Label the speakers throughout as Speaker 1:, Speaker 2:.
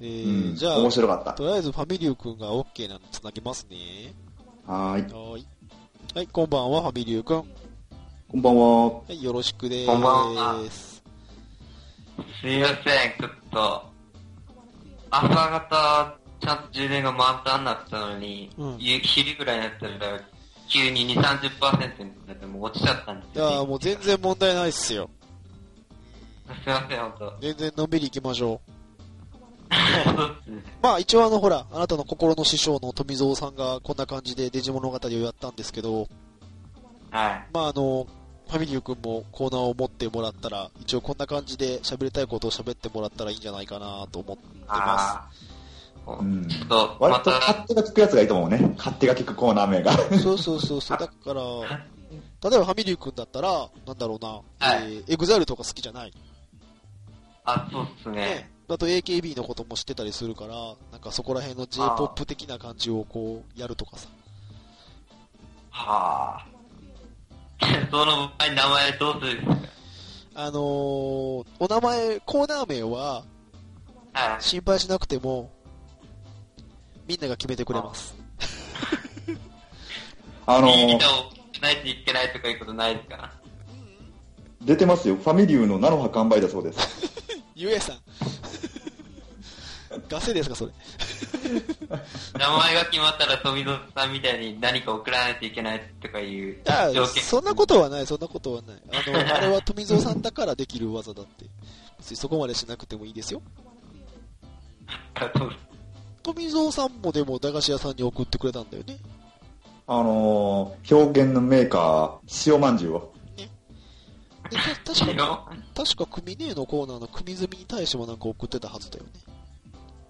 Speaker 1: えー
Speaker 2: うん
Speaker 1: じゃあ
Speaker 2: 面白かった
Speaker 1: とりあえずファミリューくんが OK なのつなぎますね。
Speaker 2: はーい。
Speaker 1: はーい。はい、こんばんは、ファミリューくん。は
Speaker 2: こんばんは。
Speaker 1: い、よろしくです。
Speaker 3: こんばんはすいません、ちょっと、朝方、ちゃんと充電が満タンになったのに、
Speaker 1: うん
Speaker 3: 夕昼ぐらいになったら、急に2、30%になってもう落ちちゃったんです
Speaker 1: い
Speaker 3: よ、
Speaker 1: やーもう全然問題ないっすよ。
Speaker 3: すいません、ほんと。
Speaker 1: 全然のんびり行きましょう。
Speaker 3: そうっすね
Speaker 1: まあ一応あのほら、あなたの心の師匠の富蔵さんがこんな感じでデジ物語をやったんですけど、
Speaker 3: はい。
Speaker 1: まああの、ファミリューくんもコーナーを持ってもらったら、一応こんな感じで喋りたいことを喋ってもらったらいいんじゃないかなと思ってます。
Speaker 3: あー
Speaker 2: うん
Speaker 3: ちょっと、ま
Speaker 2: 割と
Speaker 3: た、
Speaker 2: 勝手が聞くやつがいいと思うね。勝手が聞くコーナー名が。
Speaker 1: そうそうそうそう。だから、例えばファミリュー君だったら、なんだろうな、
Speaker 3: はい
Speaker 1: えーエグザイルとか好きじゃない。
Speaker 3: あ、そうっすね
Speaker 1: ね。。あと AKB のことも知ってたりするから、なんかそこら辺の J-POP 的な感じをこう、やるとかさ。
Speaker 3: はあ。 その場合、名前どうするんです
Speaker 1: あのー、お名前、コーナー名は
Speaker 3: かはい。
Speaker 1: 心配しなくても、みんなが決めてくれます。
Speaker 2: あの
Speaker 3: いい
Speaker 2: ー
Speaker 3: 歌を聞けないといけないとかいうことないですか
Speaker 2: 出てますよ。ファミリューの菜の葉完売だそうです。
Speaker 1: ゆえさ ん。ガセですか、それ。
Speaker 3: 名前が決まったら富蔵さんみたいに何か送らないといけないとかいう
Speaker 1: あ
Speaker 3: 条件。
Speaker 1: そんなことはない、そんなことはない。あの、あれは富蔵さんだからできる技だって。別にそこまでしなくてもいいですよ。
Speaker 3: かと。
Speaker 1: 富蔵さんもでも駄菓子屋さんに送ってくれたんだよね。
Speaker 2: あのー、表現のメーカー、塩まんじゅうを。
Speaker 1: で、た確か、
Speaker 3: よ
Speaker 1: 確か組ねえのコーナーの組積みに対してもなんか送ってたはずだよね。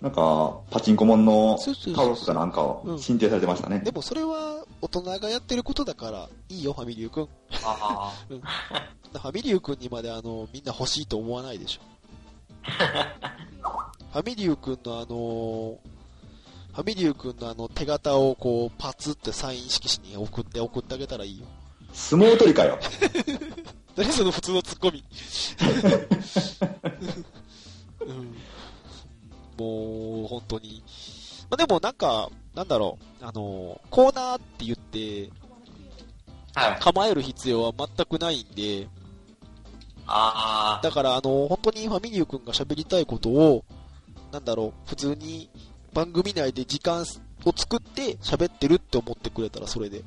Speaker 2: なんか、パチンコモンの
Speaker 1: そうそうそう
Speaker 2: タオルとかなんか
Speaker 1: う
Speaker 2: を
Speaker 1: ん
Speaker 2: 申請されてましたね
Speaker 1: で。もそれは大人がやってることだから、いいよ、ファミリューくん。
Speaker 3: あ
Speaker 1: ファミリューくんにまであの、みんな欲しいと思わないでしょ。ファミリューくんのあのーファミリューくんのあの手形をこう、パツってサイン色紙に送って、送ってあげたらいいよ。
Speaker 2: 相撲取りかよ。
Speaker 1: 何その普通のツッコ ミ。うんもう、本当に。まあ、でもなんか、なんだろう、あの、コーナーって言って、
Speaker 3: あ。はい。
Speaker 1: 構える必要は全くないんで、
Speaker 3: ああ。
Speaker 1: だからあの、本当にファミリュー君が喋りたいことを、なんだろう、普通に番組内で時間を作って喋ってるって思ってくれたらそれで。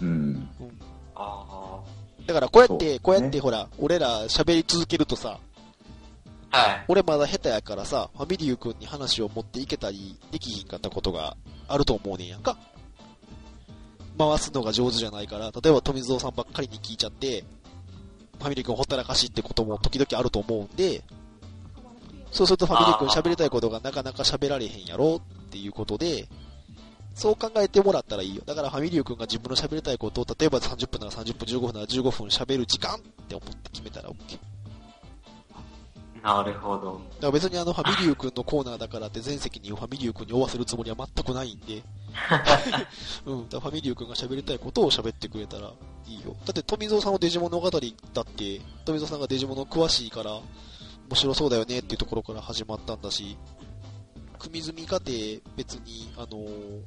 Speaker 2: うん。
Speaker 3: あ
Speaker 1: だからこうやって、
Speaker 2: そう
Speaker 1: こうやっ
Speaker 2: ね
Speaker 1: てほら、俺ら喋り続けるとさ、
Speaker 3: あ。はい。
Speaker 1: 俺まだ下手やからさ、ファミリュー君に話を持っていけたり、できひんかったことがあると思うねんやんか。回すのが上手じゃないから、例えば富蔵さんばっかりに聞いちゃって、ファミリー君ほったらかしってことも時々あると思うんで、そうするとファミリー君
Speaker 3: あー
Speaker 1: 喋りたいことがなかなか喋られへんやろっていうことで、そう考えてもらったらいいよ。だからファミリュー君が自分の喋りたいことを、例えば30分なら30分、15分なら15分喋る時間って思って決めたら OK。
Speaker 3: なるほど。
Speaker 1: だから別にあのファミリュー君のコーナーだからって全責任をファミリュー君に負わせるつもりは全くないんで、うん、だからファミリュー君が喋りたいことを喋ってくれたらいいよ。だって富蔵さんのデジモンの語だって、富蔵さんがデジモンの詳しいから、面白そうだよねっていうところから始まったんだし、組み積み過程別に、あのー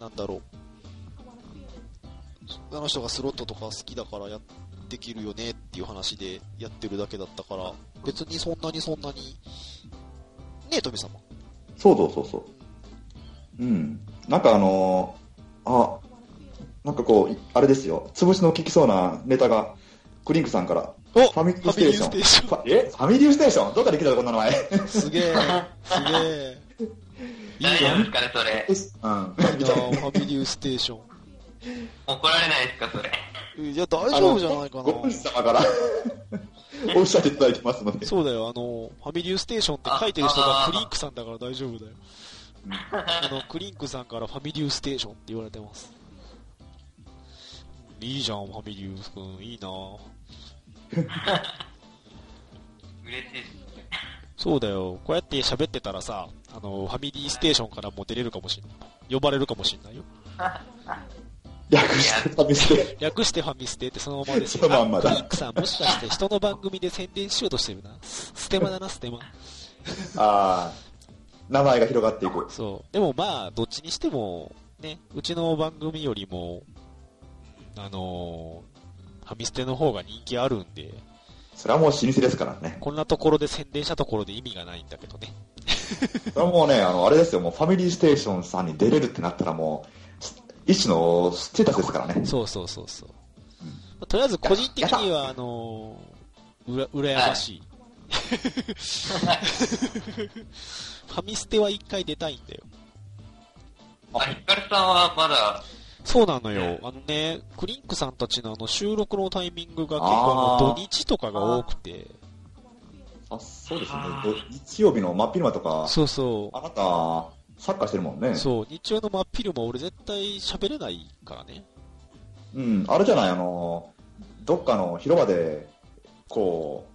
Speaker 1: なんだろう、あの人がスロットとか好きだからやできるよねっていう話でやってるだけだったから、別にそんなにそんなに、ねえ、富様。
Speaker 2: そうそうそうそう。うん。なんかあのーあ、なんかこう、あれですよ。潰しの効きそうなネタが、クリンクさんから。
Speaker 1: お
Speaker 2: ファミリーステーション。
Speaker 1: ファミリーステーション
Speaker 2: ファえファミリーステーションどっかで来たぞこんな名前。
Speaker 1: すげえ、すげ え。い
Speaker 3: 大
Speaker 1: いじ
Speaker 3: 丈
Speaker 1: ゃ
Speaker 3: 夫
Speaker 1: ん。
Speaker 3: ですかね、それ。
Speaker 2: う
Speaker 1: いいな
Speaker 2: ん。
Speaker 1: あファミリーステーショ
Speaker 3: 怒られないですか、それ。
Speaker 1: ン。いや、大丈夫じゃないか
Speaker 2: あのご本
Speaker 1: な。
Speaker 2: 人様 から、おっしゃっていただいてますので。
Speaker 1: そうだよ、あの、ファミリーステーションって書いてる人がクリンクさんだから大丈夫だよ。あの、クリンクさんからファミリーステーションって言われてます。いいじゃん、ファミリーくん。いいなあ
Speaker 3: 嬉しいですね。
Speaker 1: そうだよ、こうやって喋ってたらさ、あの、ファミリーステーションからも出れるかもしんない。呼ばれるかもしんないよ。
Speaker 2: 略してファミステ。
Speaker 1: 略してファミステってそのままですよ。
Speaker 2: そのまんまだ
Speaker 1: あクリンクさん、もしかして人の番組で宣伝しようとしてるな。スステマだな、ステマ。
Speaker 2: ああ。名前が広がっていく。
Speaker 1: そう。でもまあ、どっちにしても、ね、うちの番組よりも、あのー、ファミステの方が人気あるんで、
Speaker 2: それはもう老舗ですからね。
Speaker 1: こんなところで宣伝したところで意味がないんだけどね。
Speaker 2: それはもうね、あの、あれですよ、もうファミリーステーションさんに出れるってなったらもう、一種のステータスですからね。
Speaker 1: そうそうそうそう。まあとりあえず個人的には、あのー、うら、羨ましい。 ファミステは一回出たいんだよ。
Speaker 3: あ、ヒカルさんはまだ、
Speaker 1: そうなのよ。あのね、クリンクさんたちのあの収録のタイミングが結構あの
Speaker 2: あー
Speaker 1: 土日とかが多くて、
Speaker 2: あ、そうですね
Speaker 3: あ。
Speaker 2: ど
Speaker 3: ー
Speaker 2: 日曜日の真っ昼間とか、
Speaker 1: そうそ
Speaker 2: あなた、サッカーしてるもんね
Speaker 1: う。。そう、日曜の真っ昼も俺絶対喋れないからね。
Speaker 2: うん、あれじゃない、あの、どっかの広場で、こ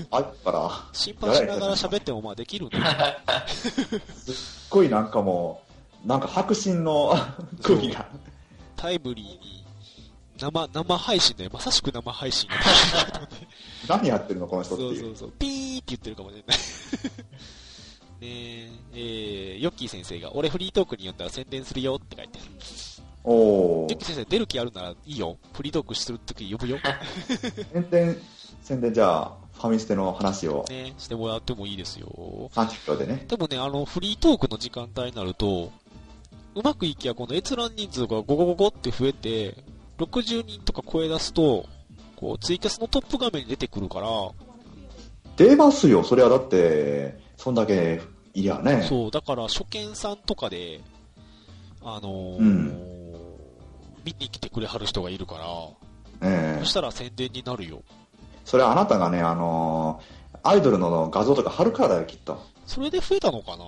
Speaker 2: う、あったら、
Speaker 1: 心配しながら喋ってもまあできるんだよ。
Speaker 2: すっごいなんかもう、なんか白真の空気が。
Speaker 1: タイムリーに、生、生配信だよ。まさしく生配信。
Speaker 2: 何やってるの、この人
Speaker 1: そ
Speaker 2: っていうう。
Speaker 1: そうそう。ピーって言ってるかもしれない。 ねえ、えー、ヨッキー先生が、俺フリートークに呼んだら宣伝するよって書いてある。
Speaker 2: お
Speaker 1: ヨッ
Speaker 2: ー
Speaker 1: キー先生、出る気あるならいいよ。フリートークするとき呼ぶよ。
Speaker 2: 宣伝、宣伝じゃあ、ファミステの話を
Speaker 1: ね、してもらってもいいですよ。
Speaker 2: 30秒でね。
Speaker 1: でもね、あの、フリートークの時間帯になると、うまくいきゃこの閲覧人数がゴゴゴゴって増えて、60人とか超え出すと、こう、ツイキャスのトップ画面に出てくるから、
Speaker 2: 出ますよ、それはだって、そんだけ、いやね。
Speaker 1: そう、だから初見さんとかで、あのー
Speaker 2: うん
Speaker 1: 見に来てくれはる人がいるから、
Speaker 2: ええ
Speaker 1: そしたら宣伝になるよ。
Speaker 2: それはあなたがね、あのーアイドルの画像とか貼るからだよ、きっと。
Speaker 1: それで増えたのかな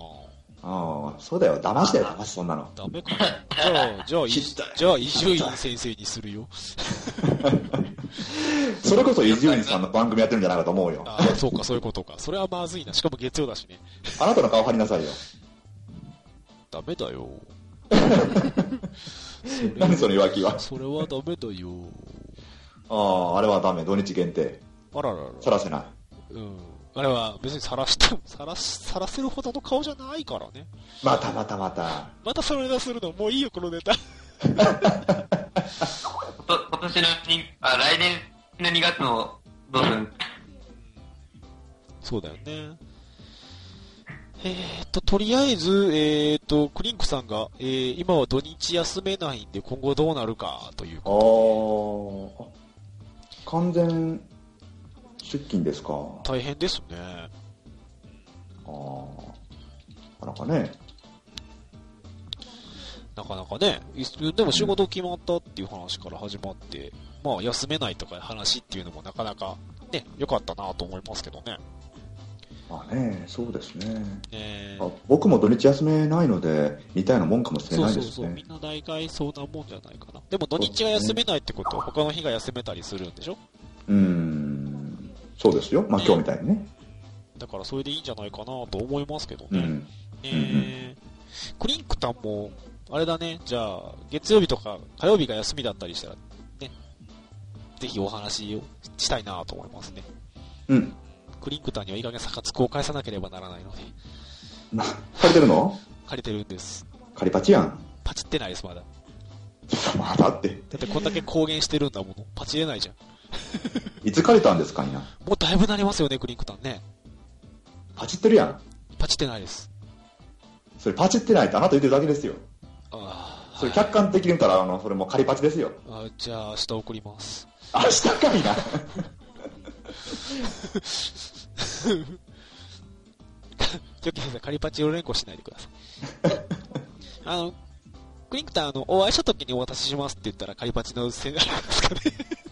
Speaker 2: うん、そうだよ、騙しだよ、騙し、そんなの。
Speaker 1: ダメかなじゃあ、じゃあ、い
Speaker 2: 知ったよ
Speaker 1: じゃあ、伊集院先生にするよ。
Speaker 2: それこそ伊集院さんの番組やってるんじゃないかと思うよ。
Speaker 1: ああ、そうか、そういうことか。それはまずいな。しかも月曜だしね。
Speaker 2: あなたの顔貼りなさいよ。
Speaker 1: ダメだよ。
Speaker 2: 何その弱気は。
Speaker 1: それはダメだよ。
Speaker 2: ああ、あれはダメ、土日限定。
Speaker 1: あららら
Speaker 2: さらせない。
Speaker 1: うん。あれは別に晒しても、晒し、晒せるほどの顔じゃないからね。
Speaker 2: またまたまた。
Speaker 1: またそれ出するの、もういいよ、このネタ。
Speaker 3: こと今年のに、あ、来年の2月の、どうする
Speaker 1: そうだよね。えーっと、とりあえず、えーっと、クリンクさんが、えー、今は土日休めないんで、今後どうなるか、という
Speaker 2: あーあ、完全出勤ですか。あ
Speaker 1: 大変ですね。
Speaker 2: あ、なんかね。
Speaker 1: なかなかね、いでも仕事決まったっていう話から始まって、まあ休めないとかいう話っていうのもなかなかね、良かったなと思いますけどね。
Speaker 2: まあね、そうですね。
Speaker 1: えー
Speaker 2: あ僕も土日休めないので、似たようなもんかもしれ
Speaker 1: そう
Speaker 2: ない
Speaker 1: そ
Speaker 2: で
Speaker 1: う
Speaker 2: す
Speaker 1: そう、み
Speaker 2: ね
Speaker 1: ん。な大概そうなもんじゃないかな。でも土日が休めないってことは他の日が休めたりするんでしょ
Speaker 2: うーん、そうですよ。まあ今日みたいにね。
Speaker 1: だからそれでいいんじゃないかなと思いますけど
Speaker 2: う
Speaker 1: ね。
Speaker 2: ん。
Speaker 1: えークリンクタンも、あれだね、じゃあ、月曜日とか火曜日が休みだったりしたら、ね、ぜひお話をしたいなと思いますね。
Speaker 2: うん。
Speaker 1: クリンクタンにはいい加減サカツクを返さなければならないので、
Speaker 2: な借りてるの
Speaker 1: 借りてるんです。
Speaker 2: 借りパチやん。
Speaker 1: パチってないです、まだ。
Speaker 2: まだって。
Speaker 1: だってこんだけ公言してるんだもの。パチれないじゃん。
Speaker 2: いつ借りたんですかいな。
Speaker 1: もうだいぶなりますよね、クリンクタンね。
Speaker 2: パチってるやん。
Speaker 1: パチってないです。
Speaker 2: それパチってないってあなた言ってるだけですよ。
Speaker 1: あ
Speaker 2: それ客観的に見たら、あの、それもう借りパチですよ。
Speaker 1: あ、あじゃあ明日送ります。
Speaker 2: 明日かいな。
Speaker 1: ヨッキー先生、仮パチを連呼しないでください。あの、クリンクタン、あの、お会いした時にお渡ししますって言ったら、仮パチのせん、あれですかね。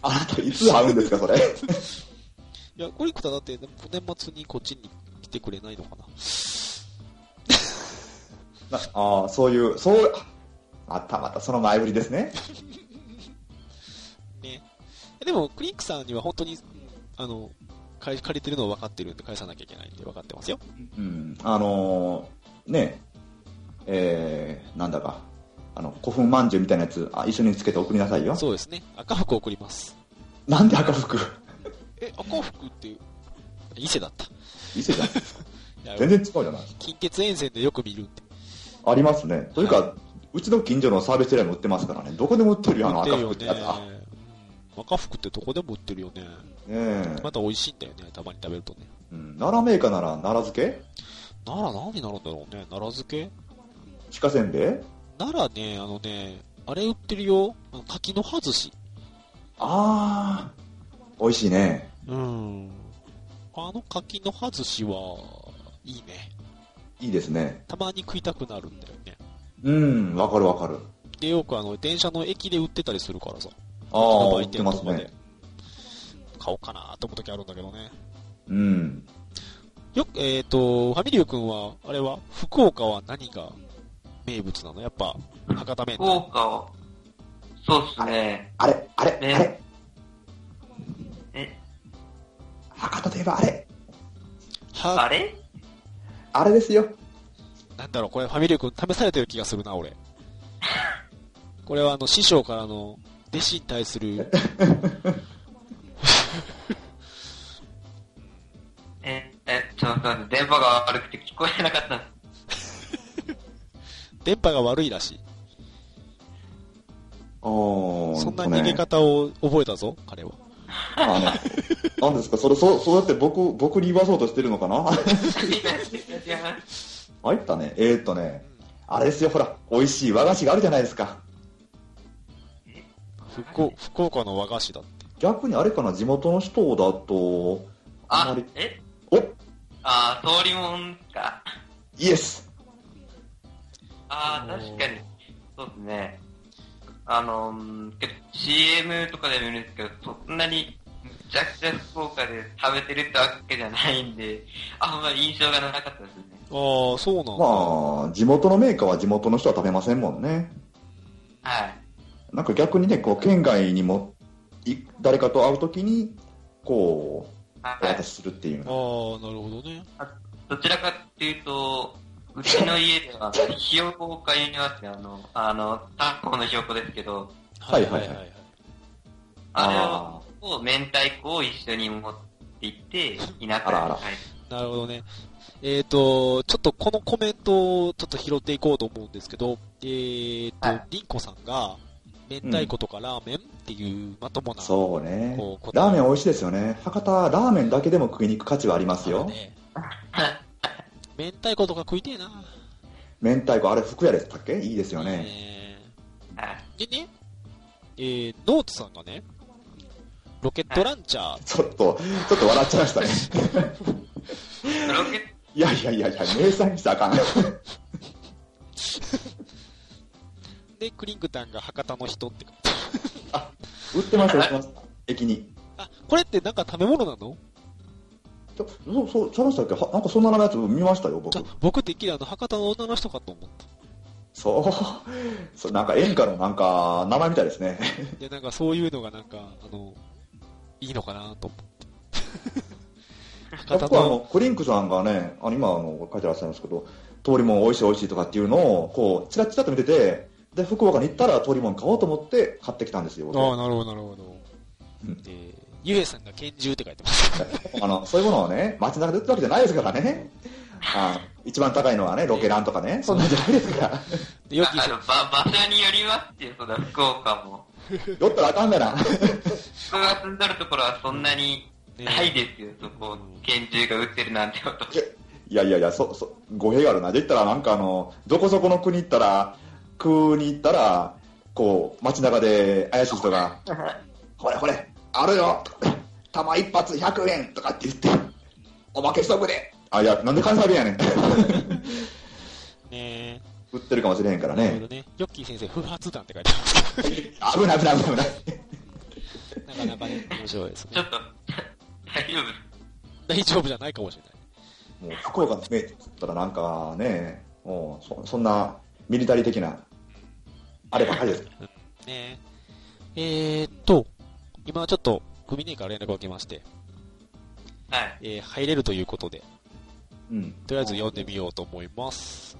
Speaker 2: あなたいつ会うんです かそれ。
Speaker 1: いや、クリンクタンだって、年末にこっちに来てくれないのかな。
Speaker 2: なああ、そういう、そう、またまたその前振りですね。
Speaker 1: ね。でも、クリンクさんには本当に、うんあの、借り借りてるのを分かってるんで、返さなきゃいけないんで、分かってますよ。
Speaker 2: うん。あのーねえ、えー、なんだか、あの、古墳まんじゅうみたいなやつ、あ一緒につけて送りなさいよ。
Speaker 1: そうですね。赤服送ります。
Speaker 2: なんで赤服
Speaker 1: え、赤服って、伊勢だった。い
Speaker 2: 伊勢じゃん。
Speaker 1: や
Speaker 2: 全然違うじゃない
Speaker 1: 近鉄沿線でよく見るって。
Speaker 2: ありますね。というか、うちの近所のサービスエリアに売ってますからね。どこでも売ってるよ、あの
Speaker 1: 売ってるよ
Speaker 2: 赤服っ
Speaker 1: ね
Speaker 2: てやつ。あ。
Speaker 1: うん赤福ってどこでも売ってるよね。
Speaker 2: ねえ。
Speaker 1: また美味しいんだよね、たまに食べるとね。
Speaker 2: うん奈良メーカーなら奈良漬け
Speaker 1: 奈良何になるんだろうね。奈良漬け
Speaker 2: 鹿せんべい
Speaker 1: 奈良ね、あのね、あれ売ってるよ。あの柿の葉寿司。
Speaker 2: あー、美味しいね。
Speaker 1: うん。あの柿の葉寿司は、いいね。
Speaker 2: いいですね。
Speaker 1: たまに食いたくなるんだよね。
Speaker 2: うん、わかるわかる。
Speaker 1: で、よくあの、電車の駅で売ってたりするからさ。
Speaker 2: ああ、
Speaker 1: 売
Speaker 2: 売っ
Speaker 1: ってて
Speaker 2: ま
Speaker 1: ますす
Speaker 2: ね
Speaker 1: ね。。買おうかなと思う時あるんだけどね。
Speaker 2: うん。
Speaker 1: よく、えっ、と、ファミリュー君は、あれは、福岡は何が名物なのやっぱ、博多麺
Speaker 3: 福。岡を、そうっすね。
Speaker 2: あれ、あれ、
Speaker 3: ね
Speaker 2: あれ、
Speaker 3: え、
Speaker 2: 博多といえばあれ、
Speaker 1: は
Speaker 3: あ、れ
Speaker 2: あれですよ。
Speaker 1: なんだろう、これファミリュー君試されてる気がするな、俺。これはあの、師匠からの、弟子に対する、
Speaker 3: え、え、ちょっと待って、電波が悪くて聞こえなかったんです。
Speaker 1: 電波が悪いらしい。
Speaker 2: お
Speaker 1: そんな逃げ方を覚えたぞ、彼は。
Speaker 2: あの、なんですか、それ、そう、そうやって僕、僕に言わそうとしてるのかな
Speaker 3: 違う
Speaker 2: あ、いったね。えー、っとね、あれですよ、ほら、美味しい和菓子があるじゃないですか。
Speaker 1: 福岡福岡の和菓子だって。
Speaker 2: 逆にあれかな、地元の人だと、あんま
Speaker 3: あ
Speaker 2: り、、
Speaker 3: え
Speaker 2: お
Speaker 3: あー、通りもんか。
Speaker 2: イエス
Speaker 3: ああ、確かに。そうですね。あのー、けど CM とかで見るんですけど、そんなに、むちゃくちゃ福岡で食べてるってわけじゃないんで、あんまり印象がなかったですね。
Speaker 1: ああ、そうなんだ。
Speaker 2: まあ、地元のメーカーは地元の人は食べませんもんね。
Speaker 3: はい。
Speaker 2: なんか逆にね、こう、県外にも、い誰かと会うときに、こう、お
Speaker 3: は
Speaker 2: 渡
Speaker 3: い。
Speaker 2: しするっていう
Speaker 1: あ。あ、なるほどね。
Speaker 3: どちらかっていうと、うちの家では、ひよこを買いにあって、あの、あの、タコのひよこですけど、
Speaker 2: はいはいはい
Speaker 1: い。
Speaker 3: あれを、明太子を一緒に持って行って、田舎
Speaker 2: あ
Speaker 3: に
Speaker 2: らあら
Speaker 3: はい
Speaker 1: なるほどね。えっ、と、ちょっとこのコメントをちょっと拾っていこうと思うんですけど、えっ、と、
Speaker 3: はい
Speaker 1: りんこさんが、明太子とかラーメンっていうまともな、
Speaker 2: そうね
Speaker 1: こう。
Speaker 2: ラーメン美味しいですよね。博多、ラーメンだけでも食いに行く価値はありますよ。
Speaker 1: ね。 明太子とか食いてえな。
Speaker 2: 明太子、あれ、福屋でしたっけいいですよね。
Speaker 1: ね
Speaker 3: はい。
Speaker 1: でね、えー、ノーツさんがね、ロケットランチャー、
Speaker 2: ちょっと、ちょっと笑っちゃいましたね。
Speaker 3: ロケット
Speaker 2: いやいやいやいや、名産にしたらあかん。
Speaker 1: で、クリンクタンが博多の人って。
Speaker 2: 売ってました、売ってました。駅に。
Speaker 1: あ、これってなんか食べ物なの
Speaker 2: ちょそう、そう、ちゃいましたっけはなんかそんな名前やつ見ましたよ、僕
Speaker 1: じゃ。僕てっきりあの、博多の女の人かと思った。
Speaker 2: そう。そう、なんか演歌のなんか、名前みたいですね。
Speaker 1: いや、なんかそういうのがなんか、あの、いいのかなと思って。博
Speaker 2: 僕
Speaker 1: 多
Speaker 2: はあ
Speaker 1: の、
Speaker 2: の、クリンクさんがね、あの、今あの、書いてらっしゃいますけど、通りもん美味しい美味しいとかっていうのを、こう、チラチラと見てて、で、福岡に行ったら通りもん買おうと思って買ってきたんですよ、僕
Speaker 1: ああ、なるほど、なるほど
Speaker 2: うん。
Speaker 1: で、ゆえさんが拳銃って書いてます。
Speaker 2: あの、そういうものをね、街中で売ってるわけじゃないですから ね。あ一番高いのはね、ロケランとかね、そんなんじゃないです から。
Speaker 1: でよき
Speaker 3: ああのば場所によりますっていう、その福岡も。
Speaker 2: 酔ったらあかんだな。
Speaker 3: 人が住んどるところはそんなに
Speaker 1: ね
Speaker 3: ないですよ、そこ、拳銃が撃ってるなんてこと。
Speaker 2: いやいやいや、そ、そ、語弊があるな。で言ったら、なんかあの、どこそこの国行ったら、国に行ったら、こう、街中で怪しい人が、ほれほれ、あるよとか玉一発100円とかって言って、おまけしとくであ、いや、なんで関西弁やねん。
Speaker 1: ね
Speaker 2: 売ってるかもしれへんから
Speaker 1: なるほ
Speaker 2: ね
Speaker 1: ど。ね。よっきー先生、不発弾って書いてます
Speaker 2: 危ない危ない危ない危ない。
Speaker 1: けど。なかなかね、面白いです
Speaker 3: ちょ
Speaker 1: ね。
Speaker 3: っと、大丈夫で
Speaker 1: 大丈夫じゃないかもしれない。
Speaker 2: もう、福岡の名って言ったらなんかね、もう、そそんな、ミリタリー的な、あればっかりです。
Speaker 1: ねえ。えーっと、今ちょっと、組ねから連絡を受けまして、
Speaker 3: す。はい。
Speaker 1: えー入れるということで、
Speaker 2: うん。
Speaker 1: とりあえず読んでみようと思います。